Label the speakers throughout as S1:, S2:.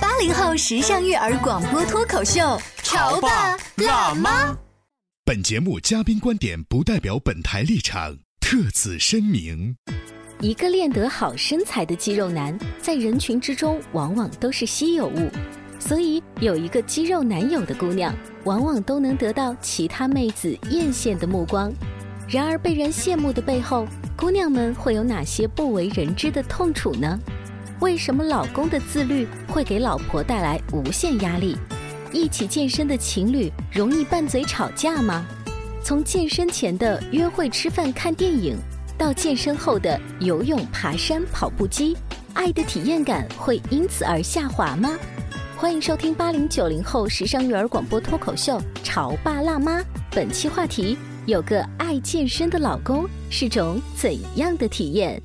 S1: 八零后时尚育儿广播脱口秀，潮爸辣妈。
S2: 妈。
S3: 本节目嘉宾观点不代表本台立场，特此声明。
S4: 一个练得好身材的肌肉男，在人群之中往往都是稀有物，所以有一个肌肉男友的姑娘，往往都能得到其他妹子艳羡的目光。然而，被人羡慕的背后，姑娘们会有哪些不为人知的痛楚呢？为什么老公的自律会给老婆带来无限压力？一起健身的情侣容易拌嘴吵架吗？从健身前的约会、吃饭、看电影，到健身后的游泳、爬山、跑步机，爱的体验感会因此而下滑吗？欢迎收听八零九零后时尚育儿广播脱口秀《潮爸辣妈》，本期话题：有个爱健身的老公是种怎样的体验？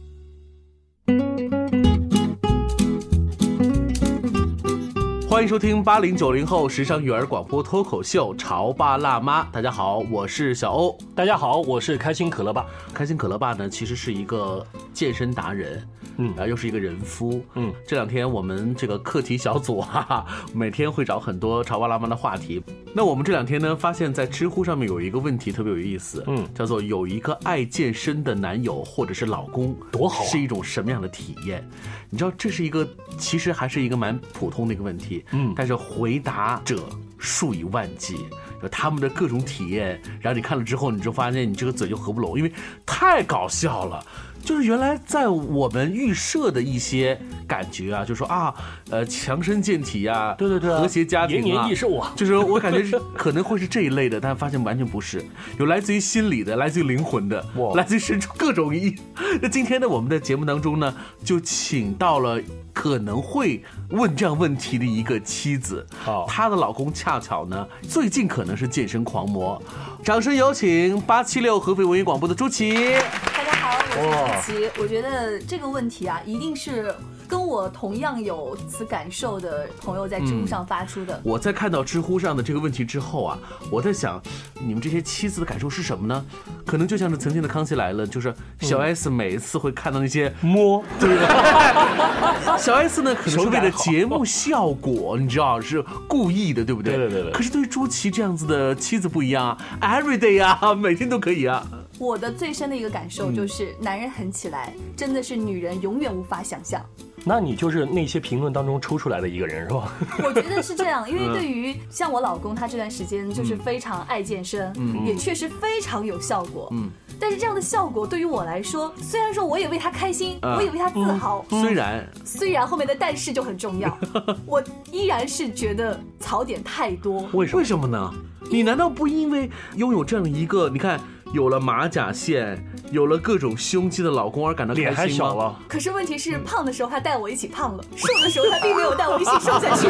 S5: 欢迎收听八零九零后时尚育儿广播脱口秀《潮爸辣妈》。大家好，我是小欧。
S6: 大家好，我是开心可乐爸。
S5: 开心可乐爸呢，其实是一个健身达人，呃
S6: 嗯
S5: 然后又是一个人夫。
S6: 嗯，
S5: 这两天我们这个课题小组哈、哈，每天会找很多潮爸辣妈的话题。那我们这两天呢，发现在知乎上面有一个问题特别有意思，
S6: 嗯
S5: 叫做有一个爱健身的男友或者是老公，
S6: 多好啊
S5: 是一种什么样的体验？你知道，这是一个其实还是一个蛮普通的一个问题，
S6: 嗯
S5: 但是回答者数以万计，就他们的各种体验，然后你看了之后，你就发现你这个嘴就合不拢，因为太搞笑了。就是原来在我们预设的一些感觉啊，就说啊，呃，强身健体啊，
S6: 对对对啊
S5: 和谐家庭啊，
S6: 延年益寿啊。
S5: 就是我感觉是可能会是这一类的，但发现完全不是，有来自于心理的，来自于灵魂的，
S6: 哇
S5: 来自于深处各种意。那今天呢，我们在节目当中呢，就请到了可能会问这样问题的一个妻子，
S6: 好
S5: 她的老公恰巧呢，最近可能是健身狂魔。掌声有请八七六合肥文艺广播的朱琪。
S7: 大家好，我是李琪。我觉得这个问题啊，一定是跟我同样有此感受的朋友在知乎上发出
S8: 嗯
S7: 的。
S5: 我在看到知乎上的这个问题之后啊，我在想，你们这些妻子的感受是什么呢？可能就像是曾经的《康熙来了》，就是小
S6: 嗯
S5: S 每一次会看到那些
S6: 摸，
S5: 对吧？ 小 S 呢，可能是为了节目效果，你知道是故意的，对不对？
S6: 对对对对
S5: 可是对于朱琪这样子的妻子不一样啊，every day 啊， 每天都可以啊。
S7: 我的最深的一个感受就是，男人狠起来真的是女人永远无法想 象。
S6: 那你就是那些评论当中抽出来的一个人 是吧？
S7: 我觉得是这样，因为对于像我老公，他这段时间就是
S8: 嗯
S7: 非常爱健身，也确实非常有效果。
S8: 嗯
S7: 但是这样的效果对于我来说，虽然说我也为他开心，
S5: 嗯
S7: 我也为他自豪，
S8: 嗯
S6: 嗯
S5: 虽然
S7: 虽然后面的但是就很重要，我依然是觉得槽点太多。
S5: 为什么？呢？你难道不因为拥有这样一个，你看有了马甲线，有了各种胸肌的老公而感到开心
S6: 脸
S5: 吗？
S6: 还小啊了，
S7: 可是问题是，胖的时候他带我一起胖了，瘦的时候他并没有带我一起瘦下去。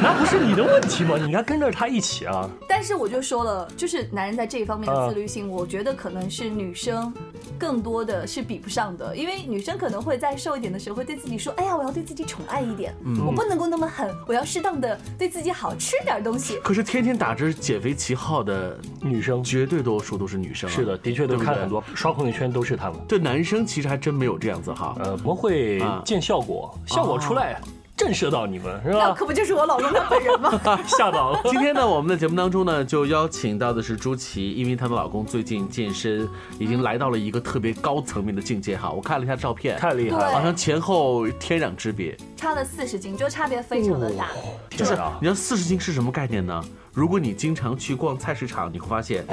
S6: 那不是你的问题吗？你应该跟着他一起啊。
S7: 但是我就说了，就是男人在这一方面的自律性，我觉得可能是女生更多的是比不上的，因为女生可能会在瘦一点的时候会对自己说：“哎呀，我要对自己宠爱一点，我不能够那么狠，我要适当的对自己好，吃点东西。”
S5: 可是天天打着减肥旗号的
S6: 女生
S5: 绝对多数都是女生、啊
S6: 是的，，的确都
S5: 对不对
S6: 看很多，刷朋友圈都是他们。
S5: 对男生其实还真没有这样子哈。
S6: 呃，不会见效果，
S5: 啊
S6: 效果出来震慑到你们是
S7: 那
S6: 吧？
S7: 可不就是我老公他本人吗？
S6: 吓 到了。
S5: 今天呢，我们的节目当中呢，就邀请到的是朱琪，因为她的老公最近健身，已经来到了一个特别高层面的境界哈。我看了一下照 片，
S6: 太厉害了！
S5: 好像前后天壤之别。
S7: 差了四十斤，就差别非常的大。
S5: 就是
S6: 哎天啊
S5: 你知道四十斤是什么概念呢？如果你经常去逛菜市场，你会发现，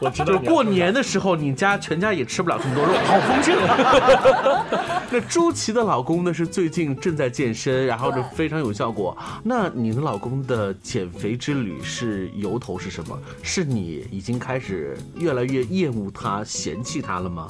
S6: 我知道
S5: 就是
S6: 你要
S5: 过
S6: 说
S5: 年的时候，你家全家也吃不了这么多肉，好丰盛。啊 那朱琪的老公呢是最近正在健身，然后呢非常有效果。那你的老公的减肥之旅是由头是什么？是你已经开始越来越厌恶他、嫌弃他了吗？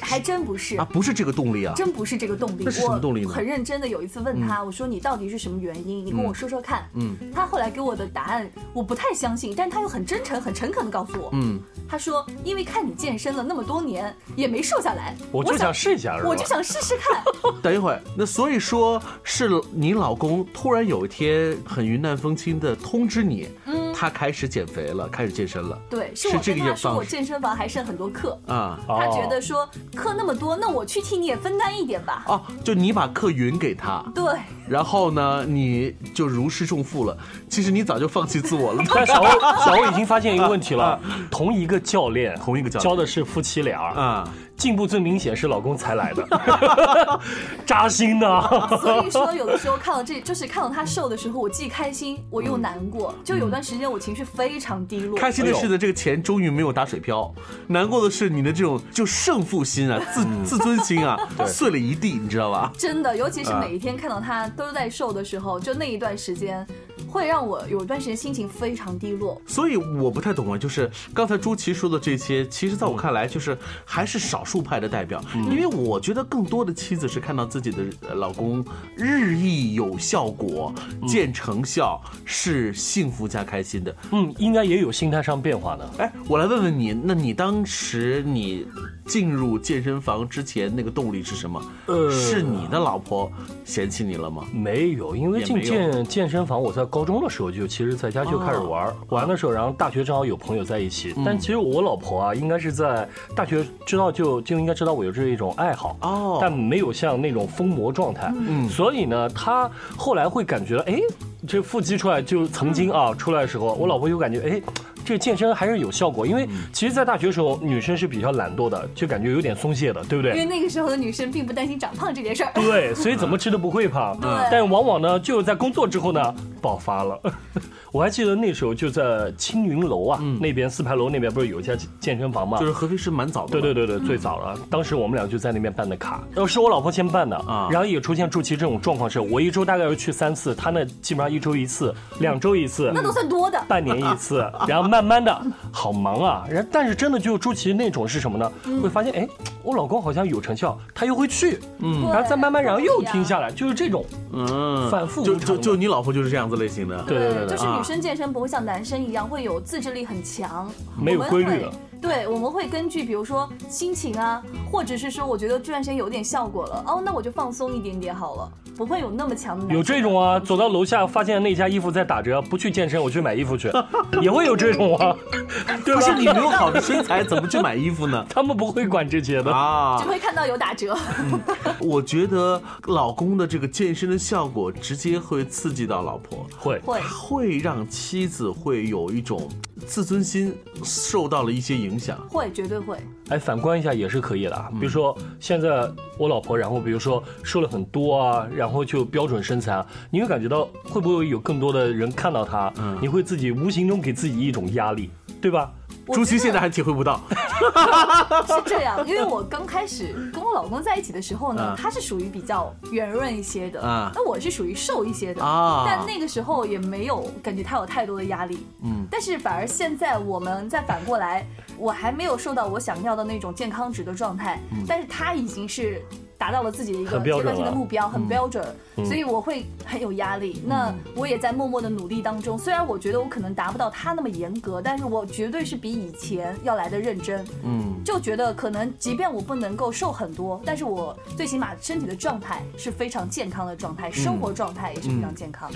S7: 还真不是
S5: 啊，不是这个动力啊，
S7: 真不是这个动力
S5: 那是什么动力呢
S7: 我很认真的有一次问他，我说你到底是什么原因？你跟我说说看。
S5: 嗯
S7: 他后来给我的答案我不太相信，但他又很真诚、很诚恳的告诉我，
S5: 嗯，
S7: 他说因为看你健身了那么多年也没瘦下来，
S6: 我就想试一下，是吧
S7: 我就想试试 看。
S5: 等一会儿，那所以说是你老公突然有一天很云淡风轻的通知你，他开始减肥了，开始健身了
S7: 对，是
S5: 是
S7: 我
S5: 这
S7: 跟
S5: 个
S7: 他
S5: 也
S7: 说
S5: 放
S7: 我健身房还剩很多课，
S5: 啊。
S6: 哦
S7: 他觉得说课那么多，那我去替你也分担一点吧。
S5: 哦，就你把课匀给他，
S7: 对，
S5: 然后呢，你就如释重负了。其实你早就放弃自我了。
S6: 但 小欧，小欧已经发现一个问题了：同一个教练，
S5: 啊同一个教练
S6: 教的是夫妻俩，
S5: 啊，
S6: 进步最明显是老公才 来的，扎心呐！
S7: 所以说有的时候看到这，就是看到他瘦的时候，我既开心我又难过。就有段时间我情绪非常低落，
S5: 开心的是呢，这个钱终于没有打水漂；难过的是你的这种就胜负心啊、自自尊心啊，碎了一地，你知道吧？
S7: 真的，尤其
S6: 啊
S7: 是每一天看到他都在瘦的时候，就那一段时间，会让我有一段时间心情非常低落。
S5: 所以我不太懂啊，就是刚才朱琪说的这些，其实在我看来，就是还是少数派的代表，因为我觉得更多的妻子是看到自己的呃老公日益有效果、见成效，是幸福加开心的。
S6: 嗯，应该也有心态上变化的。
S5: 哎，我来问问你，那你当时你进入健身房之前那个动力是什么？
S6: 呃
S5: 是你的老婆嫌弃你了吗？
S6: 没有，因为
S5: 也
S6: 进
S5: 没有哦
S6: 健健身房，我在高中的时候就其实在家就开始玩儿，玩的时候，然后大学正好有朋友在一
S5: 嗯
S6: 起，但其实我老婆啊，应该是在大学知道就就应该知道我有这一种爱好，
S5: 哦
S6: 但没有像那种疯魔状态，
S5: 嗯
S6: 所以呢，她后来会感觉到，哎，这腹肌出来就曾经啊出来的时候，我老婆就感觉，哎。这健身还是有效果，因为其实，在大学时候，女生是比较懒惰的，就感觉有点松懈的，对不对？
S7: 因为那个时候的女生并不担心长胖这件事儿。
S6: 对，所以怎么吃都不会胖。
S7: 对
S6: 但往往呢，就是在工作之后呢，爆发了。我还记得那时候就在青云楼啊、那边四牌楼那边不是有一家健身房吗？
S5: 就是合肥是蛮早的，
S6: 对对。对对，最早了。当时我们俩就在那边办的卡，呃，是我老婆先办的，
S5: 啊
S6: 然后也出现助骑这种状况是，我一周大概要去三次，她呢基本上一周一次，两周一次，
S7: 那都算多的，
S6: 半年一次，然后慢慢的，好忙啊。然后但是真的就朱琪那种是什么呢？会发现哎，我老公好像有成效，他又会去，嗯，然后再慢慢，然后又停下来，就是这种，
S5: 嗯，
S6: 反复无
S5: 就
S6: 常
S5: 就
S6: 的
S5: 就你老婆就是这样子类型的，
S6: 对对啊对
S7: 就
S6: 对
S7: 是女生健身不会像男生一样会有自制力很强，
S6: 没有
S7: 我们
S6: 规律
S7: 会
S6: 了。
S7: 对，我们会根据比如说心情啊，或者是说我觉得这段时间有点效果了，哦，那我就放松一点点好了，不会有那么强的难受
S6: 有这种啊，走到楼下发现那家衣服在打折，不去健身，我去买衣服去，也会有这种啊，对
S5: 不
S6: 吧？
S5: 是你没有好的身材，怎么去买衣服呢？
S6: 他们不会管这些的。
S5: 啊
S7: 只，会看到有打折。
S5: 我觉得老公的这个健身的效果，直接会刺激到老婆，
S6: 会，
S7: 会，
S5: 会让妻子会有一种自尊心受到了一些影响。
S7: 会，绝对会。
S6: 哎，反观一下也是可以的啊。比
S5: 嗯
S6: 如说现在我老婆，然后比如说瘦了很多啊，然后就标准身材啊，你会感觉到会不会有更多的人看到她？
S5: 嗯
S6: 你会自己无形中给自己一种压力，对吧？
S7: 我
S5: 朱琪
S7: 觉
S5: 现
S7: 得
S5: 在还体会不到，
S7: 是这样，因为我刚开始跟我老公在一起的时候呢
S5: 啊，
S7: 他是属于比较圆润一些的，
S5: 啊
S7: 那我是属于瘦一些的
S5: 啊
S7: 但那个时候也没有感觉他有太多的压力，
S5: 嗯
S7: 但是反而现在我们再反过来，我还没有瘦到我想要的那种健康值的状态，但是他已经是。达到了自己的一个
S6: 嗯很标
S7: 阶
S6: 准
S7: 段性的
S6: 了嗯
S7: 目标，很标准，所以我会很有压力。那我也在默默的努力当中，虽然我觉得我可能达不到他那么严格，但是我绝对是比以前要来的认真。
S5: 嗯，
S7: 就觉得可能，即便我不能够瘦很多，但是我最起码身体的状态是非常健康的状
S6: 嗯
S7: 态，生活状态也是非常健康。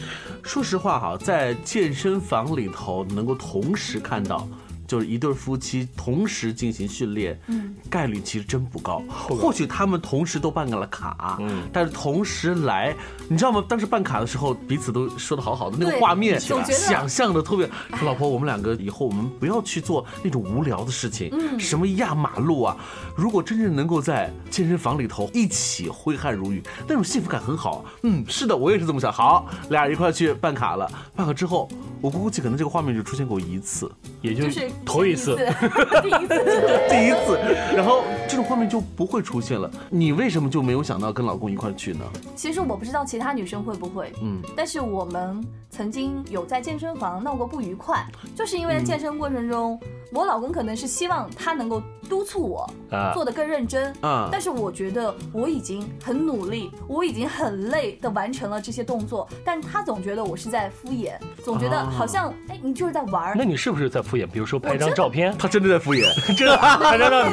S5: 说实话哈，在健身房里头能够同时看到。就是一对夫妻同时进行训练，
S7: 嗯，
S5: 概率其实真不高。或许他们同时都办了卡，嗯，但是同时来，你知道吗？当时办卡的时候，彼此都说的好好的，那个
S7: 对
S5: 画面
S7: 总觉得
S5: 想象的特别。说老婆，我们两个以后我们不要去做那种无聊的事情，
S7: 嗯
S5: 什么压马路啊。如果真正能够在健身房里头一起挥汗如雨，那种幸福感很好。嗯，是的，我也是这么想。好，俩人一块儿去办卡了，办卡之后，我估计可能这个画面就出现过一次。
S6: 也就
S7: 就是
S6: 嗯头一
S7: 第
S6: 次，
S7: 第一次，
S5: 第一次，然后这种画面就不会出现了。你为什么就没有想到跟老公一块儿去呢？
S7: 其实我不知道其他女生会不会，
S5: 嗯，
S7: 但是我们曾经有在健身房闹过不愉快，就是因为
S6: 嗯
S7: 在健身过程中，我老公可能是希望他能够督促我
S6: 啊
S7: 做得更认真，
S5: 啊
S7: 但是我觉得我已经很努力，我已经很累的完成了这些动作，但他总觉得我是在敷衍，总觉得
S5: 啊
S7: 好像、哎你就是在玩儿
S6: 那，你是不是在敷衍？比如说拍一张
S7: 我真的
S6: 照 片，
S5: 他真的在敷衍。
S6: 真的拍张照片，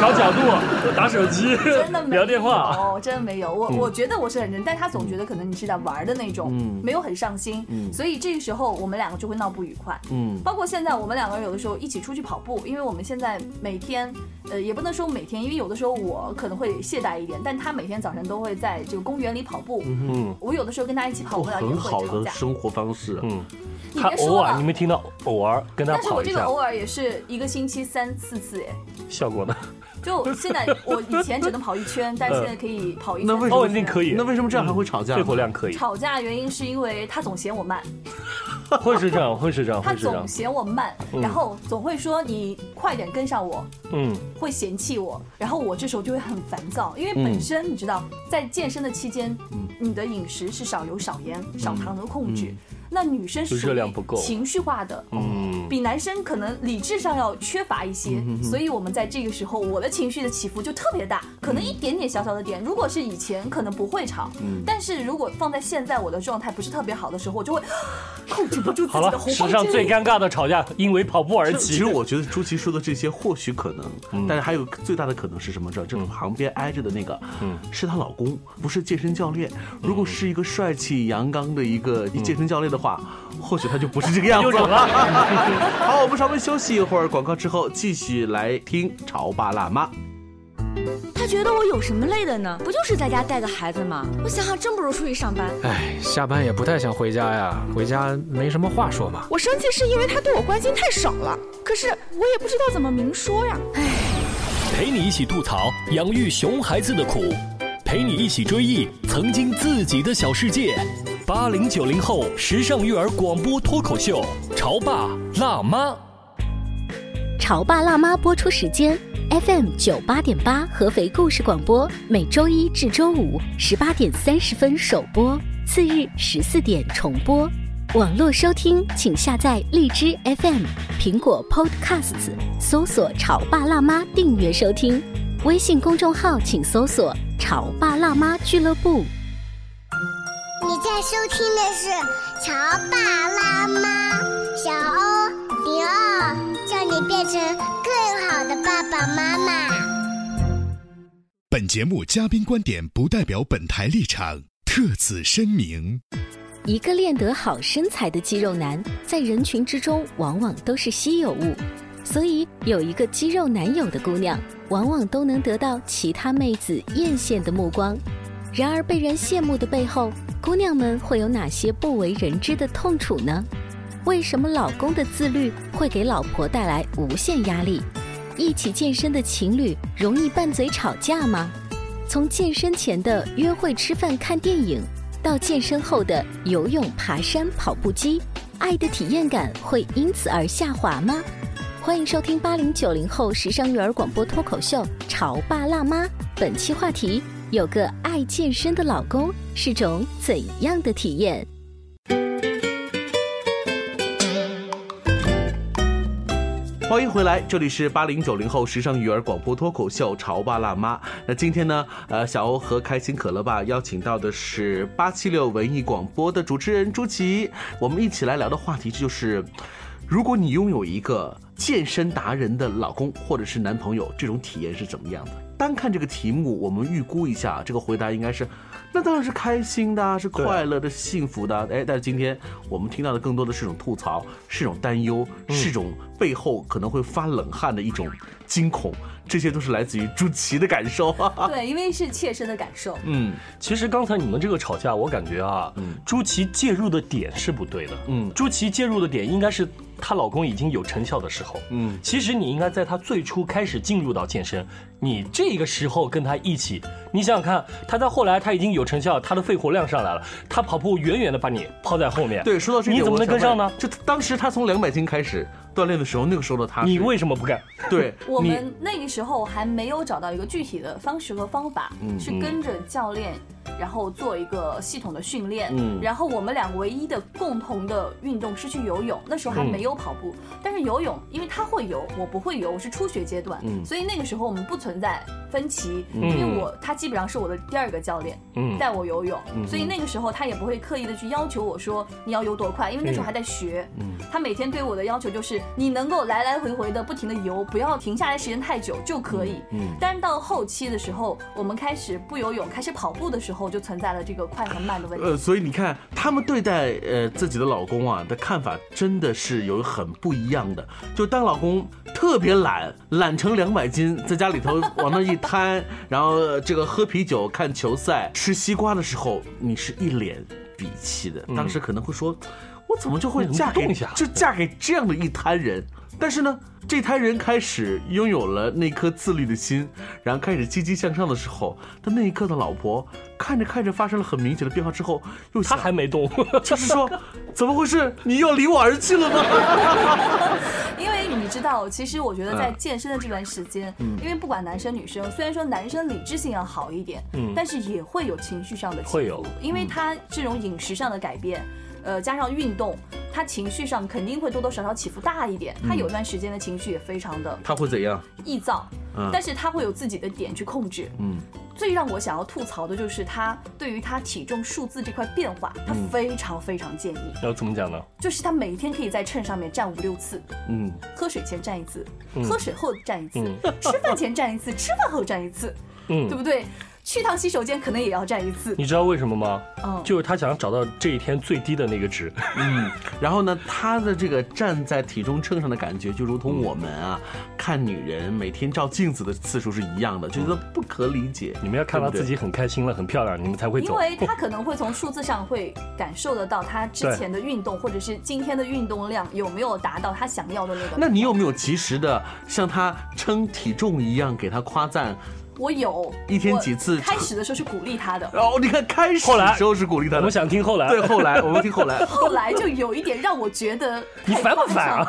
S6: 找角度，打手机
S7: 真的，没有哦
S6: 聊电话，，嗯
S7: 真的没有。我、我觉得我是很认真，但他总觉得可能你是在玩儿的那种，
S5: 嗯
S7: 没有很上心，
S5: 嗯
S7: 所以这个时候我们两个就会闹不愉快。
S5: 嗯
S7: 包括现在我们两个人有的时候一起出去跑步，因为我们现在每天，呃，也不能说每天，因为有的时候我可能会懈怠一点，但他每天早晨都会在这个公园里跑步。
S6: 嗯
S7: 我有的时候跟他一起跑，
S5: 哦
S7: 我们俩也
S5: 很
S7: 会
S5: 好
S7: 吵
S5: 的
S7: 架。
S5: 生活方式。
S6: 嗯，
S7: 你
S6: 他
S7: 别
S6: 偶
S7: 说
S6: 尔，你
S7: 了，
S6: 没听到偶尔跟他
S7: 但是
S6: 跑
S7: 我
S6: 一
S7: 这个
S6: 下
S7: 偶，尔也是一个星期三四次，哎，
S6: 效果呢？
S7: 就现在我以前只能跑一圈，但是现在可以跑一圈。
S5: 那为什么
S6: 呃哦，那可以，嗯
S5: 那为什么这样还会吵架呢？
S6: 肺活量可以，
S7: 吵架原因是因为他总嫌我慢，
S6: 会是这样，会是这样，
S7: 他
S6: 哦会是这
S7: 总
S6: 样，
S7: 嫌我慢，
S6: 嗯
S7: 然后总会说你快点跟上我，
S6: 嗯，
S7: 会嫌弃我，然后我这时候就会很烦躁，因为
S6: 嗯
S7: 本身你知道，在健身的期间，你的饮食是少油、少盐、少糖的控制。那女生是
S6: 嗯就热量不够
S7: 情绪化的，
S6: 嗯
S7: 比男生可能理智上要缺乏一些，所以我们在这个时候，我的情绪的起伏就特别大，可能一点点小小的点，如果是以前可能不会吵，
S6: 嗯
S7: 但是如果放在现在我的状态不是特别好的时候，我就会啊控制不住自
S6: 好
S7: 己
S6: 了
S7: 的，洪
S6: 史
S7: 荒
S6: 上
S7: 之
S6: 最
S7: 力
S6: 尴尬的吵架，因为跑步而嗯
S5: 其实
S6: 起。
S5: 我觉得朱琪说的这些或许可能，但是还有最大的可能是什么？知道，就是旁边挨着的那个，
S6: 嗯
S5: 是她老公，不是健身教练。如果是一个帅气阳刚的一个一健身教练的话，或许他就不是这个样子
S6: 嗯又整
S5: 了。
S6: 了，
S5: 好，我们稍微休息一会儿，广告之后继续来听《潮爸辣妈》。
S1: 他觉得我有什么累的呢？不就是在家带个孩子吗？我想想，真不如出去上班。
S9: 哎，下班也不太想回家呀，回家没什么话说嘛。
S10: 我生气是因为他对我关心太少了，可是我也不知道怎么明说呀。
S11: 陪你一起吐槽养育熊孩子的苦，陪你一起追忆曾经自己的小世界。八零九零后时尚育儿广播脱口秀，潮爸辣妈。
S4: 《潮爸辣妈》播出时间：FM 九八点八合肥故事广播，每周一至周五十八点三十分首播，次日十四点重播。网络收听，请下载荔枝 FM、苹果 Podcasts，搜索“潮爸辣妈”订阅收听。微信公众号请搜索“潮爸辣妈俱乐部
S10: 你在收听的是《潮爸辣妈》，小欧零二，叫你变成更好的爸爸妈妈。
S3: 本节目嘉宾观点不代表本台立场，特此声明。”。
S4: 一个练得好身材的肌肉男，在人群之中往往都是稀有物，所以有一个肌肉男友的姑娘，往往都能得到其他妹子艳羡的目光。然而，被人羡慕的背后，姑娘们会有哪些不为人知的痛楚呢？为什么老公的自律会给老婆带来无限压力？一起健身的情侣容易拌嘴吵架吗？从健身前的约会、吃饭、看电影，到健身后的游泳、爬山、跑步机，爱的体验感会因此而下滑吗？欢迎收听八零九零后时尚育儿广播脱口秀《潮爸辣妈》，本期话题：有个爱健身的老公是种怎样的体验？
S5: 欢迎回来，这里是八零九零后时尚育儿广播脱口秀《潮爸辣妈》。那今天呢，呃，小欧和开心可乐爸邀请到的是八七六文艺广播的主持人朱琪，我们一起来聊的话题就是，如果你拥有一个健身达人的老公或者是男朋友，这种体验是怎么样的？单看这个题目，我们预估一下，这个回答应该是，那当然是开心的啊，是快乐的、幸福的啊。哎，但是今天我们听到的更多的是一种吐槽，是一种担忧，
S6: 嗯
S5: 是一种背后可能会发冷汗的一种惊恐，这些都是来自于朱琪的感受。啊
S7: 对，因为是切身的感受。
S5: 嗯，
S6: 其实刚才你们这个吵架，我感觉啊，
S11: 嗯
S6: 朱琪介入的点是不对的。
S5: 嗯，
S6: 朱琪介入的点应该是她老公已经有成效的时候。
S5: 嗯，
S6: 其实你应该在她最初开始进入到健身，你这个时候跟她一起，你想想看，她到后来她已经有成效，她的肺活量上来了，她跑步远远的把你抛在后面。
S5: 对，说到这一点，
S6: 你怎么能跟上呢？？
S5: 就当时他从两百斤开始锻炼的时候，那个时候的他，
S6: 你为什么不干？
S5: 对，
S7: 我
S5: 你
S7: 们那个时候还没有找到一个具体的方式和方法，
S5: 嗯
S7: 是跟着教练，然后做一个系统的训练。
S12: 嗯
S7: 然后我们俩唯一的共同的运动是去游泳，那时候还
S12: 嗯
S7: 没有跑步，但是游泳，因为他会游，我不会游，我是初学阶段，
S12: 嗯
S7: 所以那个时候我们不存在分歧，
S12: 嗯
S7: 因为我他基本上是我的第二个教练，
S12: 嗯
S7: 带我游泳，
S12: 嗯
S7: 所以那个时候他也不会刻意的去要求我说你要游多快，因为那时候还在学，
S12: 嗯
S7: 他每天对我的要求就是你能够来来回回的不停的游，不要停下来时间太久就可以。
S12: 嗯嗯
S7: 但是到后期的时候，我们开始不游泳，开始跑步的时候，就存在了这个快和慢的问题。
S5: 呃，所以你看，他们对待呃自己的老公啊的看法，真的是有很不一样的。就当老公特别懒，懒成两百斤，在家里头往那一瘫，然后呃这个喝啤酒、看球赛、吃西瓜的时候，你是一脸鄙气的。当
S7: 嗯
S5: 时可能会说，我怎么就会
S6: 你怎么
S5: 嫁
S6: 不
S5: 给
S6: 动一下
S5: 就嫁给这样的一摊人？但是呢，这摊人开始拥有了那颗自律的心，然后开始积极向上的时候，他那一刻的老婆看着看着发生了很明显的变化之后，又他还
S6: 没动，
S5: 就是说，怎么回事？你又离我而去了吗？
S7: 因为你知道，其实我觉得在
S5: 嗯
S7: 健身的这段时间，
S5: 嗯
S7: 因为不管男生女生，虽然说男生理智性要好一点，
S12: 嗯
S7: 但是也会有情绪上的起伏
S12: 会有
S7: 因为他这种饮食上的改变。呃，加上运动，他情绪上肯定会多多少少起伏大一点。他
S5: 嗯
S7: 有段时间的情绪也非常的
S5: 他会怎样？
S7: 易躁
S5: 嗯，
S7: 但是他会有自己的点去控制。
S5: 嗯
S7: 最让我想要吐槽的就是他对于他体重数字这块变化，他
S6: 嗯
S7: 非常非常建议，
S6: 要怎么讲呢？
S7: 就是他每天可以在秤上面站五六次，
S5: 嗯，
S7: 喝水前站一次，
S6: 嗯
S7: 喝水后站一次，
S6: 嗯
S7: 吃饭前站一 次，吃饭后站一次，
S6: 嗯
S7: 对不对？去趟洗手间可能也要站一次，
S6: 你知道为什么吗？
S7: 嗯
S6: 就是他想找到这一天最低的那个值。
S5: 嗯，然后呢，他的这个站在体重秤上的感觉，就如同我们啊、看女人每天照镜子的次数是一样的，就觉得不可理解。
S6: 你们要看到自己很开心了，很漂亮，你们才会
S7: 因
S6: 走。
S7: 为他可能会从数字上会感受得到他之前的运动或者是今天的运动量有没有达到他想要的那个。
S5: 那你有没有及时的像他称体重一样给他夸赞？
S7: 我有
S5: 一天
S7: 我
S5: 几次
S7: 开始的时候是鼓励他的，
S5: 哦，你看开始
S6: 后来
S5: 的时候是鼓励他的，
S6: 我们想听后来
S5: 对后来，我们听后来。
S7: 后来就有一点让我觉得
S6: 你烦不烦啊？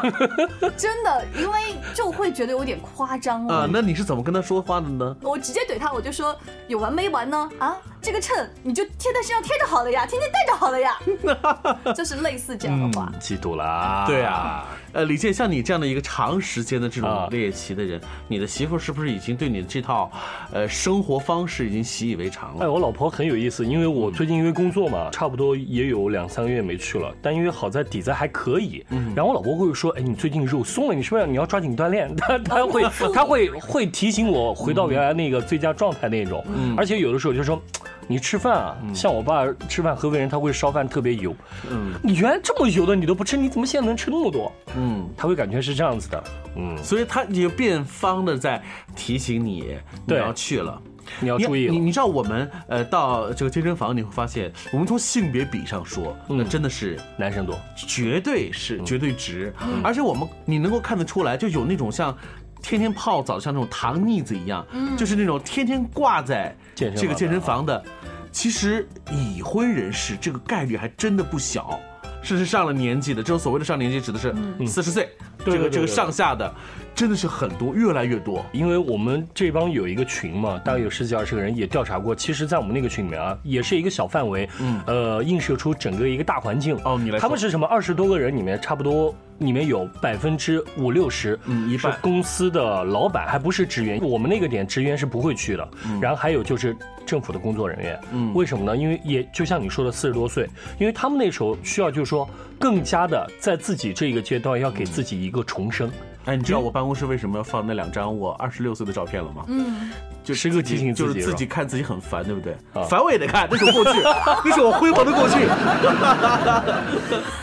S7: 真的，因为就会觉得有点夸张了。
S5: 啊，那你是怎么跟他说话的呢？
S7: 我直接怼他，我就说有完没完呢？啊，这个秤你就贴在身上贴着好了呀，天天戴着好了 呀，就是类似这样的
S5: 嗯
S7: 话。
S6: 嫉妒了啊！啊
S5: 对啊，呃，李健，像你这样的一个长时间的这种猎奇的人，你的媳妇是不是已经对你的这套，呃，生活方式已经习以为常了？
S6: 哎，我老婆很有意思，因为
S5: 嗯
S6: 我最近因为工作嘛，差不多也有两三个月没去了，但因为好在底子还可以。
S5: 嗯
S6: 然后我老婆会说：“哎，你最近肉松了，你是不是要你要抓紧锻炼？” 她她
S5: 哦
S6: 会她会会提醒我回到原来那个最佳状态那种。
S5: 嗯
S6: 而且有的时候就说。你吃饭啊，像我爸吃饭，合肥人他会烧饭特别油。
S5: 嗯，
S6: 你原来这么油的你都不吃，你怎么现在能吃那么多？
S5: 嗯，
S6: 他会感觉是这样子的。嗯，
S5: 所以他也变方的在提醒你，你
S6: 对
S5: 要去了。
S6: 你要注意了哦
S5: 你你知道我们呃到这个健身房，你会发现，我们从性别比上说，那
S6: 嗯
S5: 真的是
S6: 男生多，
S5: 绝对是
S6: 嗯
S5: 绝对值。而且我们你能够看得出来，就有那种像天天泡澡，像那种糖腻子一样，
S6: 嗯
S5: 就是那种天天挂在
S6: 健身
S5: 这个
S6: 房啊
S5: 健身房的。其实已婚人士这个概率还真的不小。甚至上了年纪的，这种所谓的上年纪指的是四十岁，
S6: 嗯对
S5: 这个
S6: 对对
S5: 这个
S6: 对
S5: 上下的，真的是很多，越来越多。
S6: 因为我们这帮有一个群嘛，大概有十几二十个人，也调查过。其实，在我们那个群里面啊，也是一个小范围，嗯，呃，映射出整个一个大环境。哦，你
S5: 来说
S6: 他们是什么？二十多个人里面，差不多里面有百分之五六十，嗯，一半公司的老板，还不是职员。我们那个点职员是不会去的，然后还有就是政府的工作人员，嗯，为什么呢？因为也就像你说的，四十多岁，因为他们那时候需要就是说更加的在自己这个阶段要给自己一个重生。
S5: 哎，你知道我办公室为什么要放那两张我二十六岁的照片了吗？
S7: 嗯，
S5: 就
S6: 时刻提醒
S5: 就是
S6: 自己
S5: 自己
S6: 是吧啊
S5: 看自己很烦，对不对？烦我也得看，这是我过 去，这是我辉煌的过去。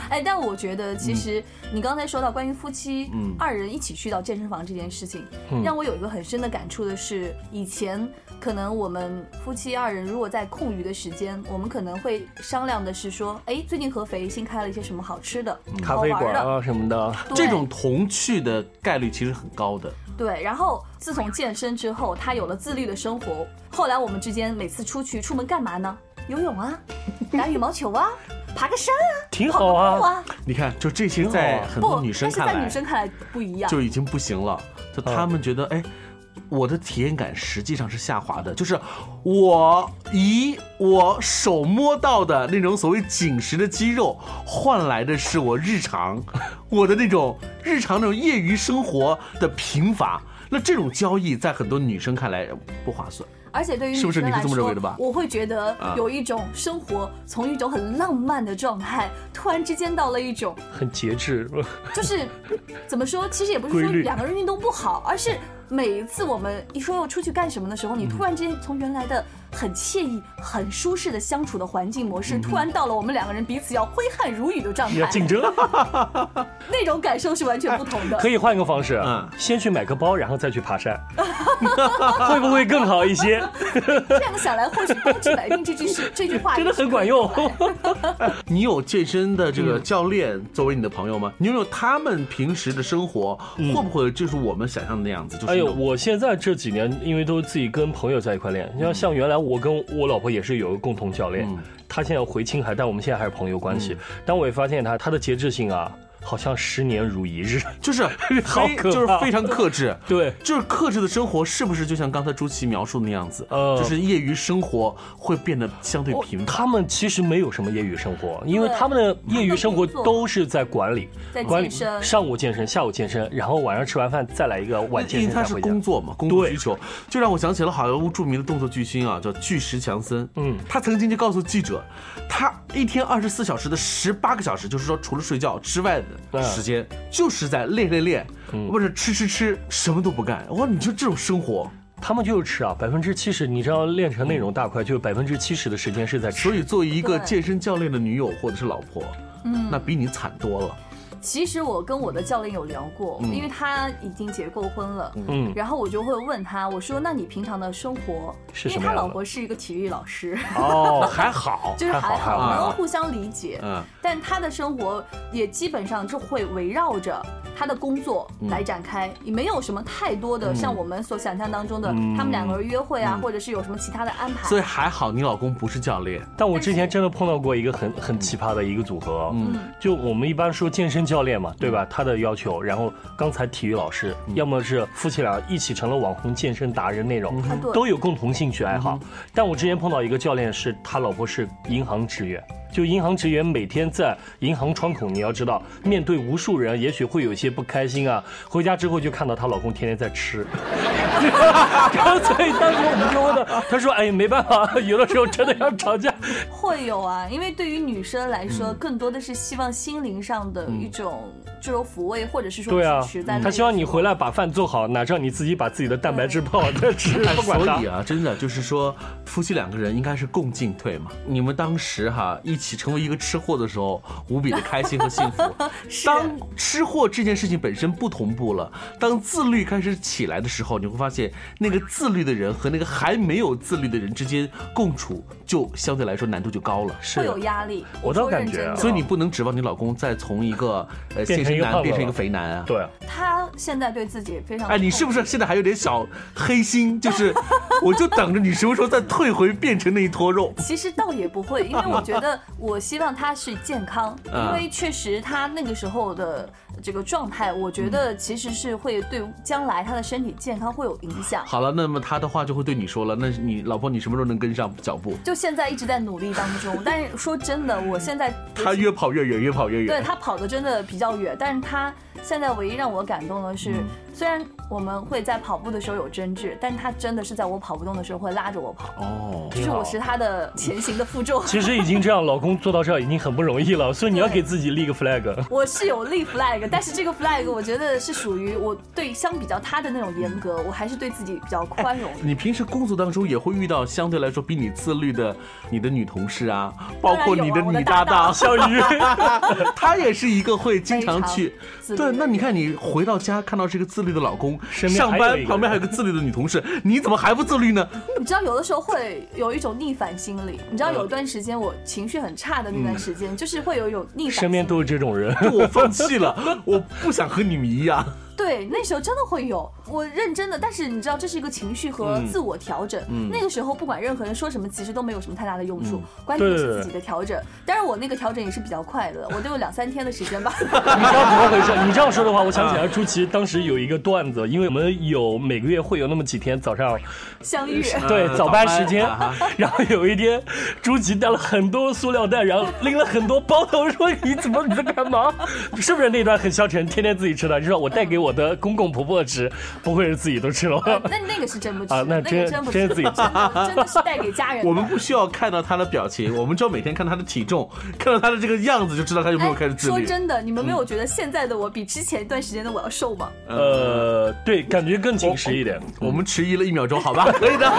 S7: 哎，但我觉得其实你刚才说到关于夫妻、
S5: 嗯
S7: 二人一起去到健身房这件事情，
S12: 嗯
S7: 让我有一个很深的感触的是，以前可能我们夫妻二人如果在空余的时间，我们可能会商量的是说，哎，最近合肥新开了一些什么好吃的、
S5: 咖
S7: 好
S5: 啡
S7: 哦玩
S5: 馆
S7: 的。
S5: 啊
S6: 什么的，
S7: 对
S5: 这种同去的概率其实很高的。
S7: 对，然后自从健身之后，他有了自律的生活。后来我们之间每次出去出门干嘛呢？游泳啊，打羽毛球啊， 爬个山啊，
S5: 挺
S7: 跑个
S5: 好啊
S7: 步啊。
S5: 你看，就这
S6: 啊
S5: 些在很
S7: 不，
S5: 多女生看
S7: 但是在
S5: 来
S7: 女生看来不一样，
S5: 就已经不行了，就她们觉得哎。我的体验感实际上是下滑的，就是我以我手摸到的那种所谓紧实的肌肉，换来的是我日常我的那种日常那种业余生活的贫乏。那这种交易在很多女生看来不划算。
S7: 而且对于
S5: 是不是
S7: 女生来
S5: 你是这么认为
S7: 说
S5: 的吧
S7: 我会觉得
S6: 啊
S7: 有一种生活从一种很浪漫的状态，突然之间到了一种
S6: 很节制。
S7: 就是嗯怎么说，其实也不是
S6: 规
S7: 说
S6: 律
S7: 两个人运动不好，而是每一次我们一说要出去干什么的时
S6: 嗯
S7: 候，你突然之间从原来的很惬意、很舒适的相处的环境模式，
S6: 嗯
S7: 突然到了我们两个人彼此要挥汗如雨的状态，
S6: 你要竞争，哎
S7: 那种感受是完全不同的。
S6: 可以 换一个方式，
S5: 嗯
S6: 先去买个包，然后再去爬山， 会不会更好 一些？
S7: 这样想来，或许“包治百病”这句是这句话
S6: 真的很管 用。
S5: 你有健身的这个教练作为你的朋友吗？你有没有他们平时的生活，会不会就是我们想象的那样子？就是
S6: 嗯哎
S5: 那
S6: 呦，
S5: 种
S6: 我现在这几年因为都自己跟朋友在一块练，
S5: 嗯
S6: 你像像原来我跟我老婆也是有一个共同教练，她现在回青海，但我们现在还是朋友关
S5: 嗯
S6: 系。但我也发现她她的节制性啊，好像十年如一日，
S5: 就是
S6: 好
S5: 非
S6: 可
S5: 就是
S6: 怕
S5: 非常克制，
S6: 对，
S5: 就是克制的生活是不是就像刚才朱琦描述的那样子？
S6: 呃
S5: 就是业余生活会变得相对平
S6: 他们其实没有什么业余生活，因为
S7: 对
S6: 他们的业余生活都是在管理
S7: 在，
S6: 管理
S7: 健身
S6: 上午健身，下午健身，然后晚上吃完饭再来一个晚健
S5: 因
S6: 身
S5: 为
S6: 再
S5: 他是
S6: 回家。
S5: 工作嘛，工作需求，就让我想起了好莱坞著名的动作巨星啊，叫巨石强森。嗯，他曾经就告诉记者，他一天二十四小时的十八个小时，就是说除了睡觉之外的时间，就是在练练练，或者吃吃吃，什么都不干。哇，你说这种生活。
S6: 他们就是吃啊，百分之七十，你知道练成那种大块，就百分之七十的时间是在
S5: 嗯
S6: 吃。
S5: 所以作为一个
S7: 对
S5: 健身教练的女友或者是老婆，
S7: 嗯
S5: 那比你惨多了。
S7: 其实我跟我的教练有聊过，
S5: 嗯
S7: 因为他已经结过婚了，
S6: 嗯
S7: 然后我就会问他，我说那你平常的生活
S6: 是
S7: 因
S6: 什
S7: 为
S6: 么
S7: 他
S6: 样的
S7: 老婆是一个体育老 师，
S5: 哦，还好，
S7: 就是还好，
S5: 还
S7: 能够
S5: 好
S7: 互相理解，
S5: 嗯
S7: 但他的生活也基本上就会围绕着他的工作来展开，也没有什么太多的
S5: 嗯
S7: 像我们所想象当中的
S5: 嗯
S7: 他们两个人约会啊，或者是有什么其他的安排。
S5: 所以还好你老公不是教练。
S6: 但我之前真的碰到过一个很很奇葩的一个组合，啊
S5: 嗯，
S6: 就我们一般说健身教练嘛，对吧？他的要求，然后刚才体育老师，要么是夫妻俩一起成了网红健身达人那种
S7: 嗯啊，对
S6: 都有共同兴趣爱好。但我之前碰到一个教练是，他老婆是银行职员。就银行职员每天在银行窗口，你要知道，面对无数人，也许会有一些不开心啊。回家之后就看到她老公天天在吃， 然后所以当时我们就问他，他说：“哎，没办法，有的时候真的要吵架。”
S7: 会有啊，因为对于女生来
S5: 嗯
S7: 说，更多的是希望心灵上的一种这种抚慰，或者 是说
S6: 对啊
S7: 支持。在
S6: 他希望你回来把饭做好，哪知道你自己把自己的蛋白质泡在 吃，
S5: 哎
S6: 不管
S5: 所
S6: 他
S5: 以。啊，真的就是说，夫妻两个人应该是共进退嘛。你们当时哈一起成为一个吃货的时候，无比的开心和幸福。 当吃货这件事情本身不同步了，当自律开始起来的时候，你会发现那个自律的人和那个还没有自律的人之间共处，就相对来说难度就高了。
S7: 会有压力。
S5: 我
S7: 倒感觉啊
S5: 所以你不能指望你老公再从一个呃
S6: 变
S5: 健
S6: 成
S5: 身
S6: 一个胖
S5: 男
S6: 子
S5: 变成一
S6: 了
S5: 个肥男啊。
S6: 对。
S7: 他现在对自己也非常
S5: 哎，你是不是现在还有点小黑心？就是，我就等着你什么时候再退回变成那一坨肉。
S7: 其实倒也不会，因为我觉 得我希望他是健康，
S5: 嗯
S7: 因为确实他那个时候的这个状态，我觉
S5: 嗯
S7: 得其实是会对将来他的身体健康会有影响。
S5: 好了，那么他的话就会对你说了，那你老婆你什么时候能跟上脚步？
S7: 就现在一直在努力当中，但是说真的，我现在
S5: 他越跑越远，越跑越远。嗯
S7: 对他跑的真的比较远，但是他现在唯一让我感动的是，虽然我们会在跑步的时候有争执，但他真的是在我跑不动的时候会拉着我跑，
S5: 哦
S7: 就是我是他的前行的负重。
S6: 其实已经这样，老公做到这已经很不容易了，所以你要给自己立个 flag。
S7: 我是有立 flag，但是这个 flag 我觉得是属于我对相比较他的那种严
S6: 嗯
S7: 格，我还是对自己比较宽容。
S5: 你平时工作当中也会遇到相对来说比你自律的你的女同事啊，包括你
S7: 当然有啊
S5: 女搭档
S7: 我的搭档
S5: 她也是一个会经常去
S7: 非常自。律
S5: 对，那你看你回到家看到是一个自律的老公，
S6: 边
S5: 上
S6: 还有一个
S5: 班
S6: 人
S5: 旁边还有个自律的女同事，你怎么还不自律呢？
S7: 你知道有的时候会有一种逆反心理，你
S6: 嗯
S7: 知道有一段时间我情绪很差的那段时间，就是会有一种逆反心
S6: 身
S7: 理。
S6: 边都是这 种 人，
S5: 我放弃了，我不想和你们一样。
S7: 对，那时候真的会有，我认真的，但是你知道这是一个情绪和
S6: 嗯
S7: 自我调整。
S6: 嗯
S7: 那个时候不管任何人说什么，其实都没有什么太大的用处，
S6: 嗯
S7: 关键
S6: 对对
S7: 是
S6: 对
S7: 自己的调整。当然我那个调整也是比较快的，我都有两三天的时 间吧。
S6: 你知道怎么回事？你这样说的话，我想起来朱琦当时有一个段子，因为我们有每个月会有那么几天早上
S7: 相遇
S6: 是对
S7: 嗯
S6: 早班时间
S7: 早班啊，
S6: 然后有一天朱琦带了很多塑料袋，然后拎了很多包头，我说你怎么你在干嘛？是不是那段很消沉，天天自己吃的？就说我带给我的公公婆婆吃，不会是自己都吃了吧？
S7: 呃那那个是真 不吃，
S6: 啊那
S7: 个
S6: 真
S7: 真不
S6: 真
S7: 吃，
S6: 是自己
S7: 真的真的是带给家人的。
S5: 我们不需要看到她的表情，我们只要每天看她的体重，看到她的这个样子就知道她有没有开始自嗯律。
S7: 哎说真的，你们没有觉得现在的我比之前一段时间的我要瘦 吗？
S6: 呃，对，感觉更紧实一点。
S5: 我们迟疑了一秒钟，好吧，可以的。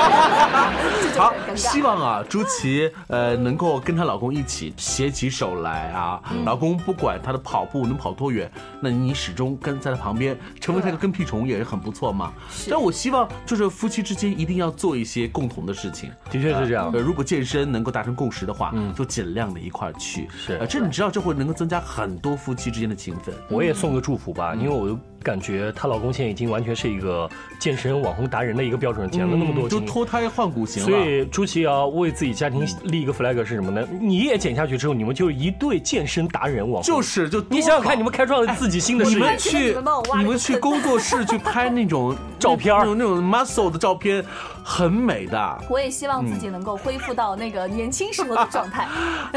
S5: 好，希望啊，朱琪呃能够跟她老公一起携起手来啊。老公不管她的跑步能跑多远，那你始终跟在她旁边，成为她一个跟屁虫也是很不错嘛。但我希望就是夫妻之间一定要做一些共同的事情。
S6: 的确是这样
S5: 呃，如果健身能够达成共识的话，就尽量的一块儿去。是，呃，这你知道，这会能够增加很多夫妻之间的情分。
S6: 我也送个祝福吧，因为我就感觉她老公现在已经完全是一个健身网红达人的一个标准，减了嗯那么多
S5: 就
S6: 斤。
S5: 脱胎换骨型了。
S6: 所以朱琦也要为自己家庭立一个 flag 是什么呢？你也减下去之后，你们就是一对健身达人网红。
S5: 就是就
S6: 你想想看，你们开创了自己新的事
S5: 你
S6: 业
S5: 们。去你们去工作室去拍那 种照片，那种那种 muscle 的照片，很美的。
S7: 我也希望自
S5: 嗯
S7: 己能够恢复到那个年轻时候的状态。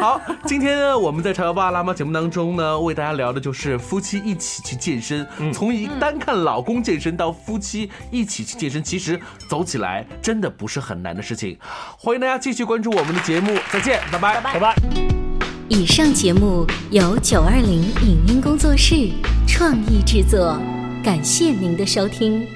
S5: 好，今天我们在《潮爸爸辣妈》节目当中呢，为大家聊的就是夫妻一起去健身，
S6: 嗯
S5: 从一单看老公健身到夫妻一起去健身，其实走起来真的不是很难的事情。欢迎大家继续关注我们的节目，再见，拜拜，拜
S6: 拜。
S4: 以上节目由九二零影音工作室创意制作，感谢您的收听。